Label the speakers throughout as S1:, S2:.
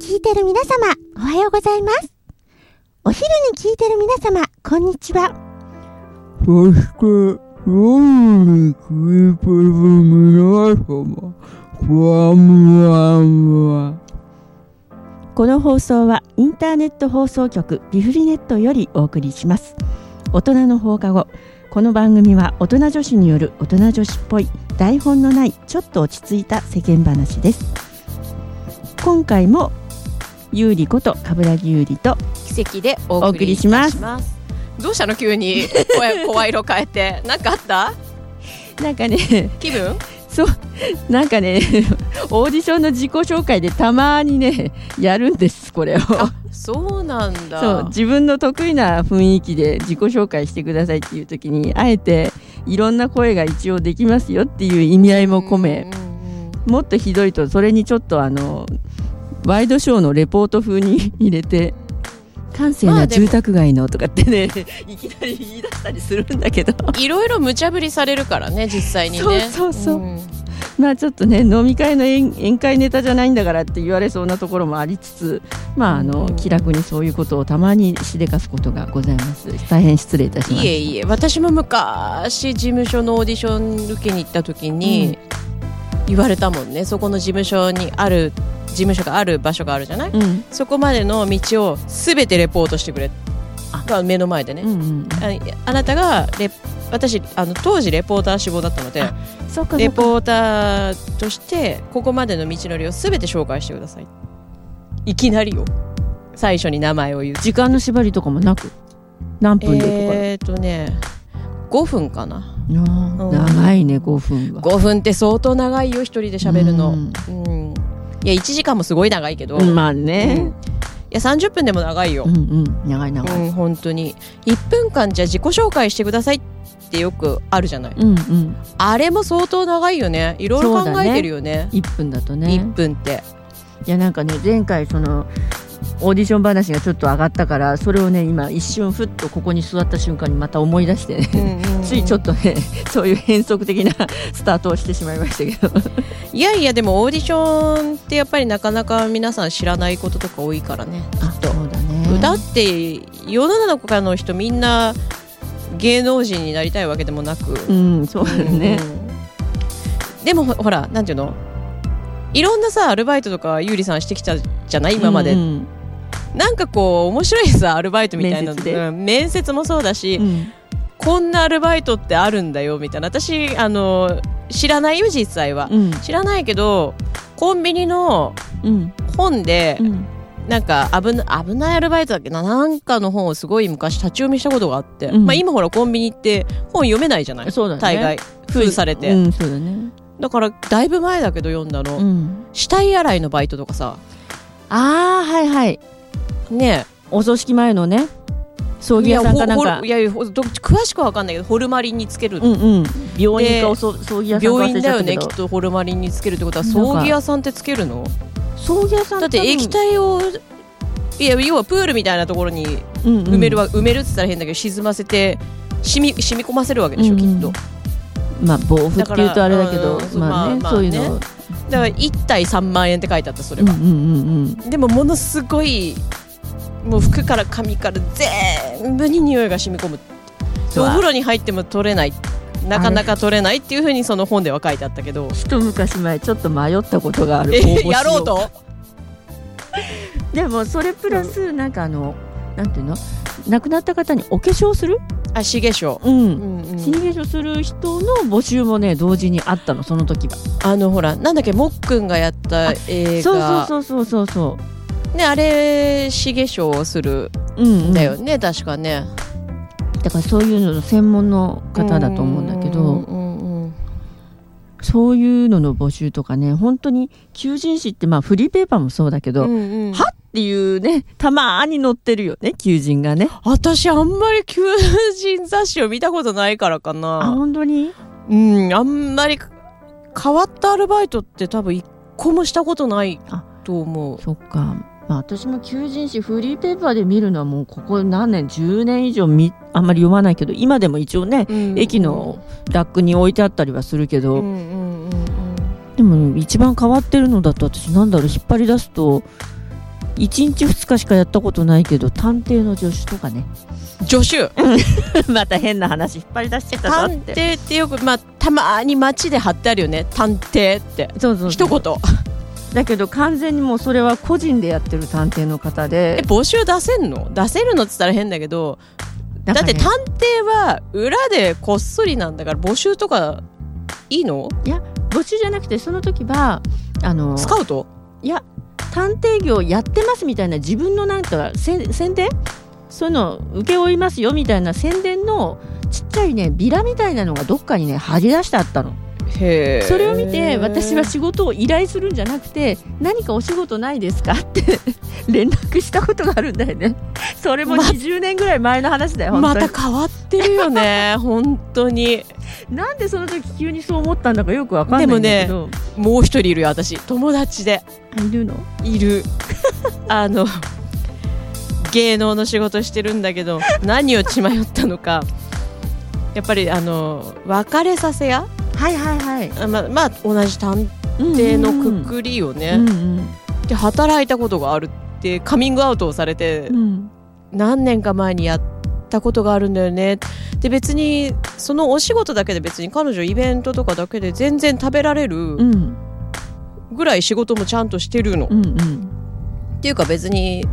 S1: 聞いてる皆様、おはようございます。お昼に聞いてる皆様、こんにちは。
S2: そして、夜に聞いてる皆様、こんばんは。
S3: この放送はインターネット放送局ビフリネットよりお送りします大人の放課後この番組は大人女子による大人女子っぽい台本のないちょっと落ち着いた世間話です今回もゆうりこと冠城ゆうりと
S4: 奇跡でお送りいたしますどうしたの急に 声声色変えてなんかあった
S3: なんかね
S4: 気分
S3: そうなんかね オーディションの自己紹介でたまにねやるんですこれを
S4: そうなんだ
S3: そう自分の得意な雰囲気で自己紹介してくださいっていう時にあえていろんな声が一応できますよっていう意味合いも込め
S4: うんうん
S3: もっとひどいとそれにちょっとあのワイドショーのレポート風に 入れて「閑静
S4: ま
S3: な
S4: あでも
S3: 住宅街の」とかってね いきなり言い出したりするんだけど
S4: うんいろいろ無茶ぶりされるからね実際にね
S3: そうそうそうんまあちょっとね飲み会の宴宴会ネタじゃないんだからって言われそうなところもありつつまああの
S4: うん
S3: 気楽にそういうことをたまにしでかすことがございます大変失礼いたしま
S4: い
S3: した。
S4: えいえ私も昔事務所のオーディション受けに行った時に、言われたもんねそこの事務所にある事務所がある場所があるじゃない、
S3: うん
S4: そこまでの道をすべてレポートしてくれが目の前でね、
S3: うんうん、
S4: ああなたがレ私あの当時レポーター志望だったので
S3: あそうかそう
S4: レ
S3: か
S4: ポーターとしてここまでの道のりを全て紹介してくださいいきなりよ最初に名前を言う
S3: 時間の縛りとかもなく何分で
S4: えー、とね5分かな
S3: とか、あー
S4: うん
S3: 長いね5分は
S4: 5分って相当長いよ一人で喋るの
S3: う
S4: うんん、いや1時間もすごい長いけど、
S3: う
S4: い
S3: んまあね、
S4: や30分でも長いよ、
S3: うんうん、長い長
S4: う
S3: い、
S4: ん、本当に1分間じゃ自己紹介してくださいってよくあるじゃない
S3: うんうん、
S4: あれも相当長いよねいろいろ考えてるよね
S3: 1分だと
S4: 一
S3: ね
S4: 1分って
S3: いやなんかね前回そのオーディション話がちょっと上がったからそれをね今一瞬ふっとここに座った瞬間にまた思い出してね、ついちょっとねそういう変則的な スタートをしてしまいましたけど
S4: いやいやでもオーディションってやっぱりなかなか皆さん知らないこととか多いからね
S3: あそうだね
S4: だって世の中の人みんな芸能人になりたいわけでもなく、
S3: うんそうだね、
S4: うんでもほほらなんていうのいろんなさアルバイトとかゆうりさんしてきたじゃない今まで、
S3: うん
S4: なんかこう面白いさアルバイトみたいなの
S3: 面接で
S4: うん面接もそうだし、
S3: うん
S4: こんなアルバイトってあるんだよみたいな私あの知らないよ実際は、
S3: うん
S4: 知らないけどコンビニの
S3: うん
S4: 本で、
S3: うん
S4: なんか危な危ないアルバイトだっけななんかの本をすごい昔立ち読みしたことがあって、
S3: うん
S4: まあ、今ほらコンビニって本読めないじゃない
S3: そうだね
S4: 大概封されて、
S3: うんそうだね
S4: だからだいぶ前だけど読んだの、
S3: うん
S4: 死体洗いのバイトとかさ
S3: ああはいはい
S4: ね
S3: お葬式前のね葬儀屋さんかなんか
S4: いやほほいやいやほど詳しくは分かんないけどホルマリンにつける
S3: うんうん病院
S4: で
S3: かお葬葬儀屋さんか
S4: 病
S3: 忘
S4: 院
S3: れち
S4: だ
S3: ゃっ
S4: よ
S3: たけ
S4: ね
S3: ど
S4: きっとホルマリンにつけるってことは葬儀屋さんってつけるの
S3: 葬儀屋さん
S4: だって液体をいや要はプールみたいなところに埋
S3: 埋
S4: めるは、埋めるって言ったら変だけど沈ませて染み染み込ませるわけでしょ、
S3: うんうん
S4: きっと
S3: まあ防腐っていうとあれだけど
S4: だから
S3: まあ
S4: う
S3: ね
S4: んまあ
S3: そういうの
S4: まだから1体3万円って書いてあったそれ
S3: うんう
S4: は、
S3: んうんうん
S4: でもものすごいもう服から髪から全部に匂いが染み込むで
S3: そう
S4: お風呂に入っても取れないなかなか取れないっていうふうにその本では書いてあったけど
S3: 一昔前ちょっと迷ったことがある
S4: え
S3: 応募しよ
S4: やろうと
S3: でもそれプラスなんかあのなんていうの亡くなった方にお化粧する
S4: あしげしょ
S3: う
S4: うんんうん
S3: 死に化粧する人の募集もね同時にあったのその時は
S4: あのほらなんだっけもっくんがやった映画
S3: そうそうそうそうそ
S4: ねあれしげしょをする
S3: ううんうんん
S4: だよね、確かね
S3: だからそういうのの専門の方だと思うんだけ
S4: うん
S3: ど
S4: うんうんうん
S3: そういうのの募集とかね本当に求人誌ってまあフリーペーパーもそうだけど、っ
S4: うんうん
S3: はていうねたまーに載ってるよね求人がね
S4: 私あんまり求人雑誌を見たことないからか
S3: あ
S4: な
S3: 本当に
S4: うんあんまり変わったアルバイトって多分一個もしたことない
S3: あ
S4: と思う
S3: そっか、まあ、私も求人誌フリーペーパーで見るのはもうここ何年10年以上みあんまり読まないけど今でも一応ね駅のラックに置いてあったりはするけ
S4: うん
S3: ど、
S4: うんうんうん
S3: でも一番変わってるのだと私なんだろう引っ張り出すと1日2日しかやったことないけど探偵の助手とかね
S4: 助手
S3: また変な話引っ張り出してた
S4: 探
S3: ぞって
S4: 偵ってよく、まあ、たまに街で貼ってあるよね探偵って
S3: そうそう
S4: 一
S3: そう
S4: 言
S3: だけど完全にもうそれは個人でやってる探偵の方
S4: え
S3: で
S4: 募集出せんの出せるのっつったら変だけど、だって探偵は裏でこっそりなんだから募集とかいいの
S3: 募集じゃなくてその時はあの
S4: スカウト
S3: いや探偵業やってますみたいな自分のなんかせ宣伝そういうの請け負いますよみたいな宣伝のちっちゃいねビラみたいなのがどっかにね張り出してあったの
S4: へえ
S3: それを見て私は仕事を依頼するんじゃなくて何かお仕事ないですかって 連絡したことがあるんだよねそれも
S4: ま
S3: 20年ぐらい前の話だよ本
S4: ま
S3: 当に
S4: た変わってる よね本当に
S3: なんでその時急にそう思ったんだかよくわかんないんだけど
S4: もう一人いるよ私友達で
S3: いるの
S4: いるあの芸能の仕事してるんだけど何を血迷ったのかやっぱりあの別れさせ屋
S3: はいはいはい
S4: あまあまあ同じ探
S3: で
S4: 偵のくくりをね、で働いたことがあるってカミングアウトをされて、何年か前にやったことがあるんだよねで別にそのお仕事だけで別に彼女イベントとかだけで全然食べられる
S3: うんうん
S4: ぐらい仕事もちゃんとしてるの、
S3: うんうん
S4: っていうか別に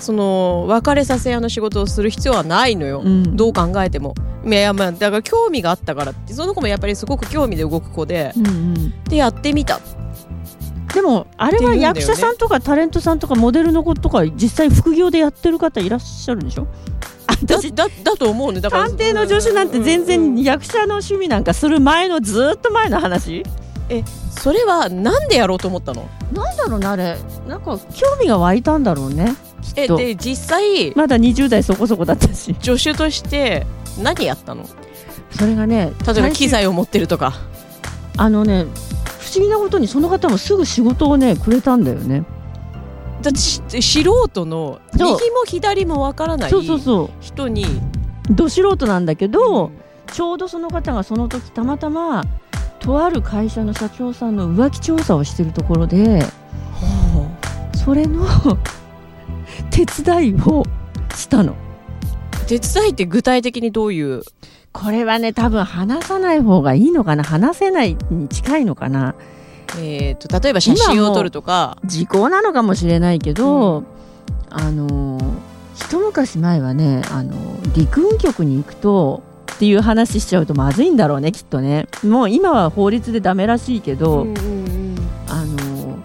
S4: その別れさせ屋の仕事をする必要はないのよ、
S3: うん
S4: どう考えてもいやいやまあだから興味があったからってその子もやっぱりすごく興味で動く子で
S3: うんうん
S4: でやってみた
S3: でもあれは役者さんとかタレントさんとかモデルの子とか実際副業でやってる方いらっしゃるんでしょ
S4: だ
S3: 私
S4: だだと思うねだから
S3: 探偵の助手なんて全然役者の趣味なんかする前のずーっと前の話
S4: それはなんでやろうと思ったの
S3: なんだろうなあれなんか興味が湧いたんだろうねきっ
S4: え
S3: と
S4: で実際
S3: まだ20代そこそこだったし
S4: 助手として何やったの
S3: それがね
S4: 例えば
S3: 最終
S4: 機材を持ってるとか
S3: あのね不思議なことにその方もすぐ仕事をねくれたんだよね
S4: だってし素人の右
S3: そう
S4: も左もわからない
S3: そうそうそ
S4: 人に
S3: うど素人なんだけど、ちょうどその方がその時たまたまとある会社の社長さんの浮気調査をしてるところでそれの 手伝いをしたの
S4: 手伝いって具体的にどういう
S3: これはね多分話さない方がいいのかな話せないに近いのかな
S4: えー、と例えば写真を撮るとか
S3: 時効なのかもしれないけど、あのー一昔前はねあのー陸運局に行くとっていう話しちゃうとまずいんだろうねきっとねもう今は法律でダメらしいけど、あの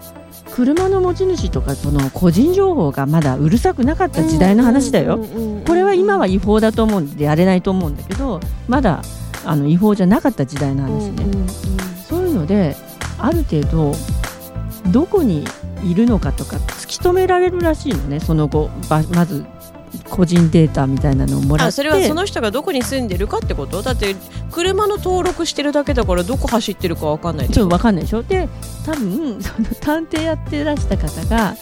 S3: 車の持ち主とかその個人情報がまだうるさくなかった時代の話だよ、これは今は違法だと思うんでやれないと思うんだけどまだあの違法じゃなかった時代の話ね、そういうのである程度どこにいるのかとか突き止められるらしいのねその後ばまず個人データみたいなのをもらって
S4: あそれはその人がどこに住んでるかってことだって車の登録してるだけだからどこ走ってるかわかんないでし
S3: ちょ
S4: ょ
S3: っとわかんないでしょで多分その探偵やってらした方が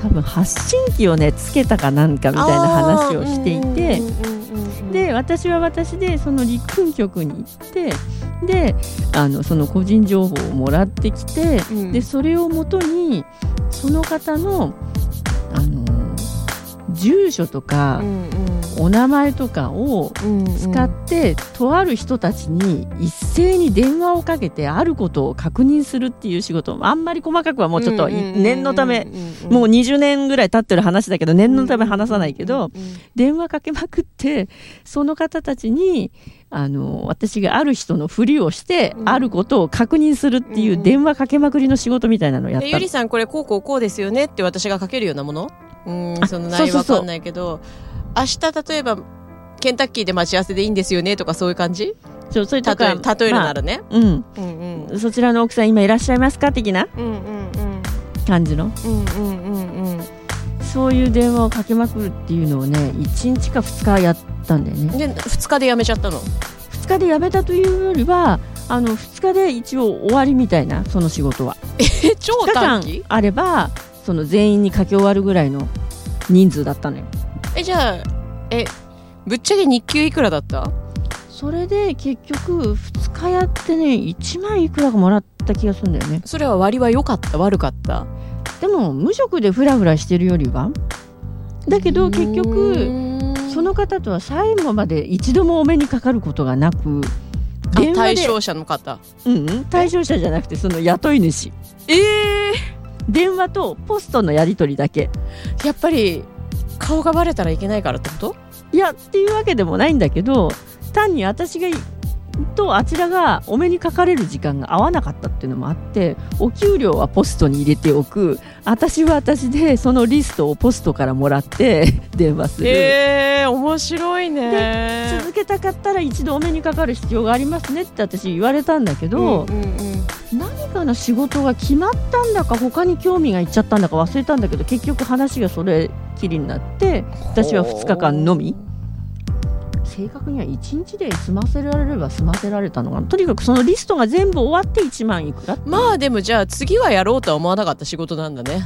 S3: 多分発信機をねつけたかなんかみたいな話をしていてで私は私でその陸軍局に行ってであのその個人情報をもらってきて
S4: うん
S3: でそれをもとにその方のあの住所とかお名前とかを使って、とある人たちに一斉に電話をかけてあることを確認するっていう仕事あんまり細かくはもうちょっとい念のためもう20年ぐらい経ってる話だけど念のため話さないけど電話かけまくってその方たちにあの私がある人のふりをして
S4: うん
S3: あることを確認するってい
S4: うん
S3: う電話かけまくりの仕事みたいなのをやっ
S4: え
S3: た
S4: ゆ
S3: の
S4: りさんこれこうこうこうですよねって私が書けるようなものうん
S3: あ
S4: その内容
S3: そう
S4: わ
S3: そうそう
S4: かんないけど明日例えばケンタッキーで待ち合わせでいいんですよねとかそういう感じ
S3: そうそれ
S4: 例
S3: と
S4: え例
S3: か
S4: えるならね、
S3: まあうん
S4: うんうん
S3: そちらの奥さん今いらっしゃいますか的な
S4: うんうんうん
S3: 感じの
S4: うんうんうんうん
S3: そういう電話をかけまくるっていうのをね1日か2日やったんだよね
S4: で2日でやめちゃったの
S3: 2日でやめたというよりはあの2日で一応終わりみたいなその仕事は
S4: え超
S3: 2日間
S4: 短期
S3: あればその全員にかけ終わるぐらいの人数だったのよ
S4: えじゃあえぶっちゃけ日給いくらだった
S3: それで結局2日やってね1万いくらかもらった気がするんだよね
S4: それは割は良かった悪かった
S3: でも無職でフラフラしてるよりはだけど結局その方とは最後まで一度もお目にかかることがなく
S4: あ
S3: 電話
S4: 対
S3: で
S4: 象者の方
S3: うんうん対象者じゃなくてその雇い主
S4: え
S3: 電話とポストのやり取りだけ
S4: ー、やっぱり顔がバレたらいけないからってこと
S3: いやっていうわけでもないんだけど単に私がとあちらがお目にかかれる時間が合わなかったっていうのもあってお給料はポストに入れておく私は私でそのリストをポストからもらって 電話する、
S4: えー、面白いね
S3: 続けたかったら一度お目にかかる必要がありますねって私言われたんだけど、
S4: うんうんうん
S3: 何かの仕事が決まったんだか他に興味がいっちゃったんだか忘れたんだけど結局話がそれっきりになって私は2日間のみ正確には1日で済ませられれば済ませられたのかなとにかくそのリストが全部終わって1万いくら
S4: まあでもじゃあ次はやろうとは思わなかった仕事なんだね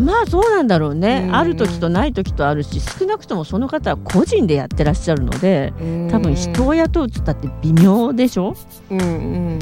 S3: まあそうなんだろうね、
S4: うん
S3: ある時とない時とあるし少なくともその方は個人でやってらっしゃるので多分人を雇うっつったって微妙でしょ
S4: うんうんうん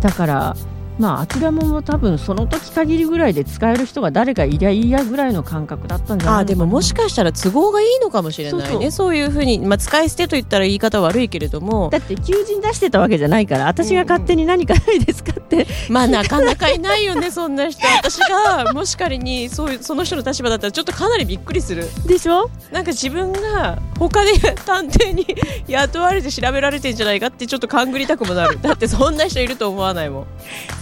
S3: だからまああちらも多分その時限りぐらいで使える人が誰かいりゃいいやぐらいの感覚だったんじゃないのかな
S4: ああでももしかしたら都合がいいのかもしれないね
S3: そ
S4: そうう
S3: そう
S4: いうふうに、まあ、使い捨てと言ったら言い方悪いけれども
S3: だって求人出してたわけじゃないから私が勝手に何かないですかって、
S4: まあなかなかいないよねそんな人私がもし仮にそういうその人の立場だったらちょっとかなりびっくりする
S3: でしょ
S4: なんか自分が他で探偵に雇われて調べられてんじゃないかってちょっと勘ぐりたくもなるだってそんな人いると思わないもん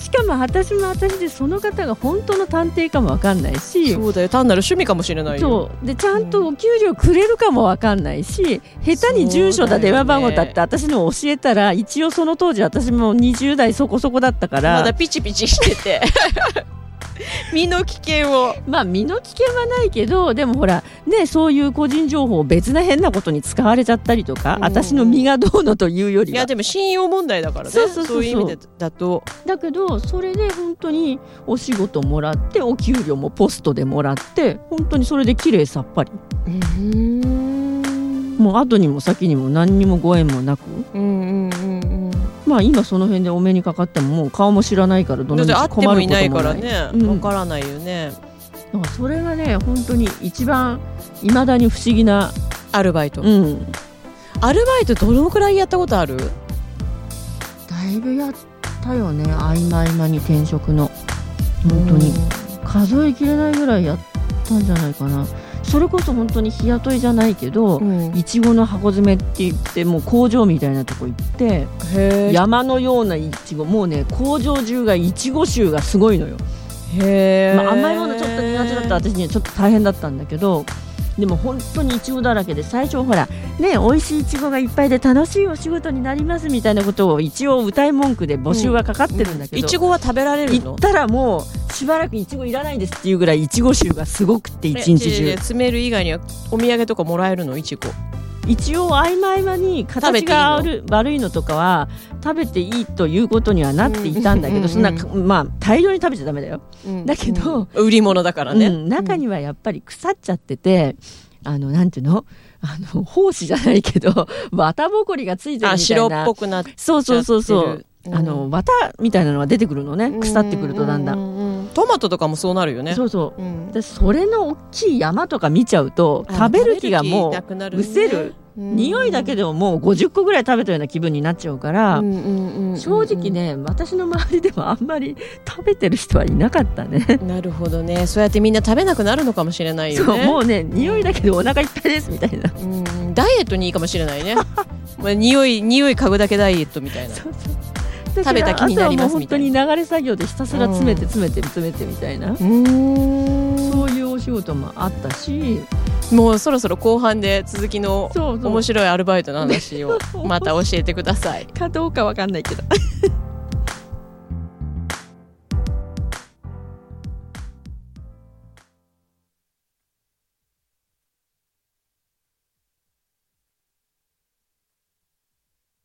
S3: しかも私も私でその方が本当の探偵かもわかんないし
S4: そうだよ単なる趣味かもしれないよ
S3: そうでちゃんとお給料くれるかもわかんないし下手に住所だ
S4: そうだよね
S3: 電話番号だって私の教えたら一応その当時私も20代そこそこだったか
S4: ま
S3: ら
S4: だピチピチし てて身の危険を
S3: まあ身の危険はないけどでもほらねそういう個人情報を別な変なことに使われちゃったりとか、
S4: うん
S3: 私の身がどうのというより
S4: い
S3: は
S4: やでも信用問題だからね
S3: そ
S4: そうう
S3: そうそうそう
S4: いう意味でだと
S3: だけどそれで本当にお仕事もらってお給料もポストでもらって本当にそれで綺麗さっぱりもう後にも先にも何にもご縁もなく
S4: うんうんうん
S3: まあ今その辺でお目にかかってももう顔も知らないからど
S4: うん
S3: な
S4: だっ
S3: に
S4: て
S3: 困
S4: 会
S3: る
S4: っ
S3: ことも
S4: ても
S3: ない
S4: いないからねわ、
S3: うん
S4: からないよね
S3: だからそれがね本当に一番いまだに不思議な
S4: アルバイト、
S3: うん
S4: アルバイトどのくらいやったことある
S3: だいぶやったよね合間合間に転職の本当に数えきれないぐらいやったんじゃないかなそれこそ本当に日雇いじゃないけど、
S4: うん
S3: いちごの箱詰めって言ってもう工場みたいなとこ行って
S4: へ
S3: 山のようないちごもうね工場中がいちご臭がすごいのよ、
S4: え
S3: まあ、甘いものちょっと苦手だった私にはちょっと大変だったんだけどでも本当にいちごだらけで最初ほらね美味しいいちごがいっぱいで楽しいお仕事になりますみたいなことを一応歌い文句で募集はかかってるんだけど、
S4: いちごは食べられる
S3: 行
S4: の
S3: ったらもうしばらくいちごいらないんですっていうぐらいいちご臭がすごくって一日
S4: え違う違う違う
S3: 中
S4: 詰める以外にはお土産とかもらえるのいちご
S3: 一応合間合間に形が悪い悪いのとかは食べていいということにはなっていたんだけ
S4: うん
S3: どそんなまあ大量に食べちゃダメだよ、だけど、
S4: うん売り物だからね、
S3: うん中にはやっぱり腐っちゃってて。あのなんていうのあの胞子じゃないけど 綿ぼこりがついてる
S4: あ
S3: みたい
S4: 白っ
S3: な
S4: ぽくなっちゃってる
S3: そうそうそうそう、
S4: うん
S3: あの綿みたいなのが出てくるのね腐ってくるとだんだん、
S4: うううんうんトマトとかもそうなるよね
S3: そうそう
S4: うん
S3: でそれの大きい山とか見ちゃうと食べる気がも
S4: 食べる気なくな
S3: う
S4: る
S3: う
S4: ね
S3: せる匂いだけでももう50個ぐらい食べたような気分になっちゃうから、
S4: うんうんうんうん
S3: 正直ね、私の周りではあんまり食べてる人はいなかったね。
S4: なるほどねそうやってみんな食べなくなるのかもしれないよ
S3: そう
S4: ね
S3: もうね匂いだけでお腹いっぱいですみたい な。
S4: うんうんダイエットにいいかもし れないねまあ匂い匂い嗅ぐだけダイエットみたいな
S3: そうそうだから
S4: 食べた気になります
S3: 朝はもう本当に流れ作業でひたすら詰めて詰めて詰めてみたいな、
S4: うん
S3: そういうお仕事もあったし
S4: もうそろそろ後半で続きの
S3: そうそう
S4: 面白いアルバイトの話をまた教えてください
S3: かどうかわかんないけど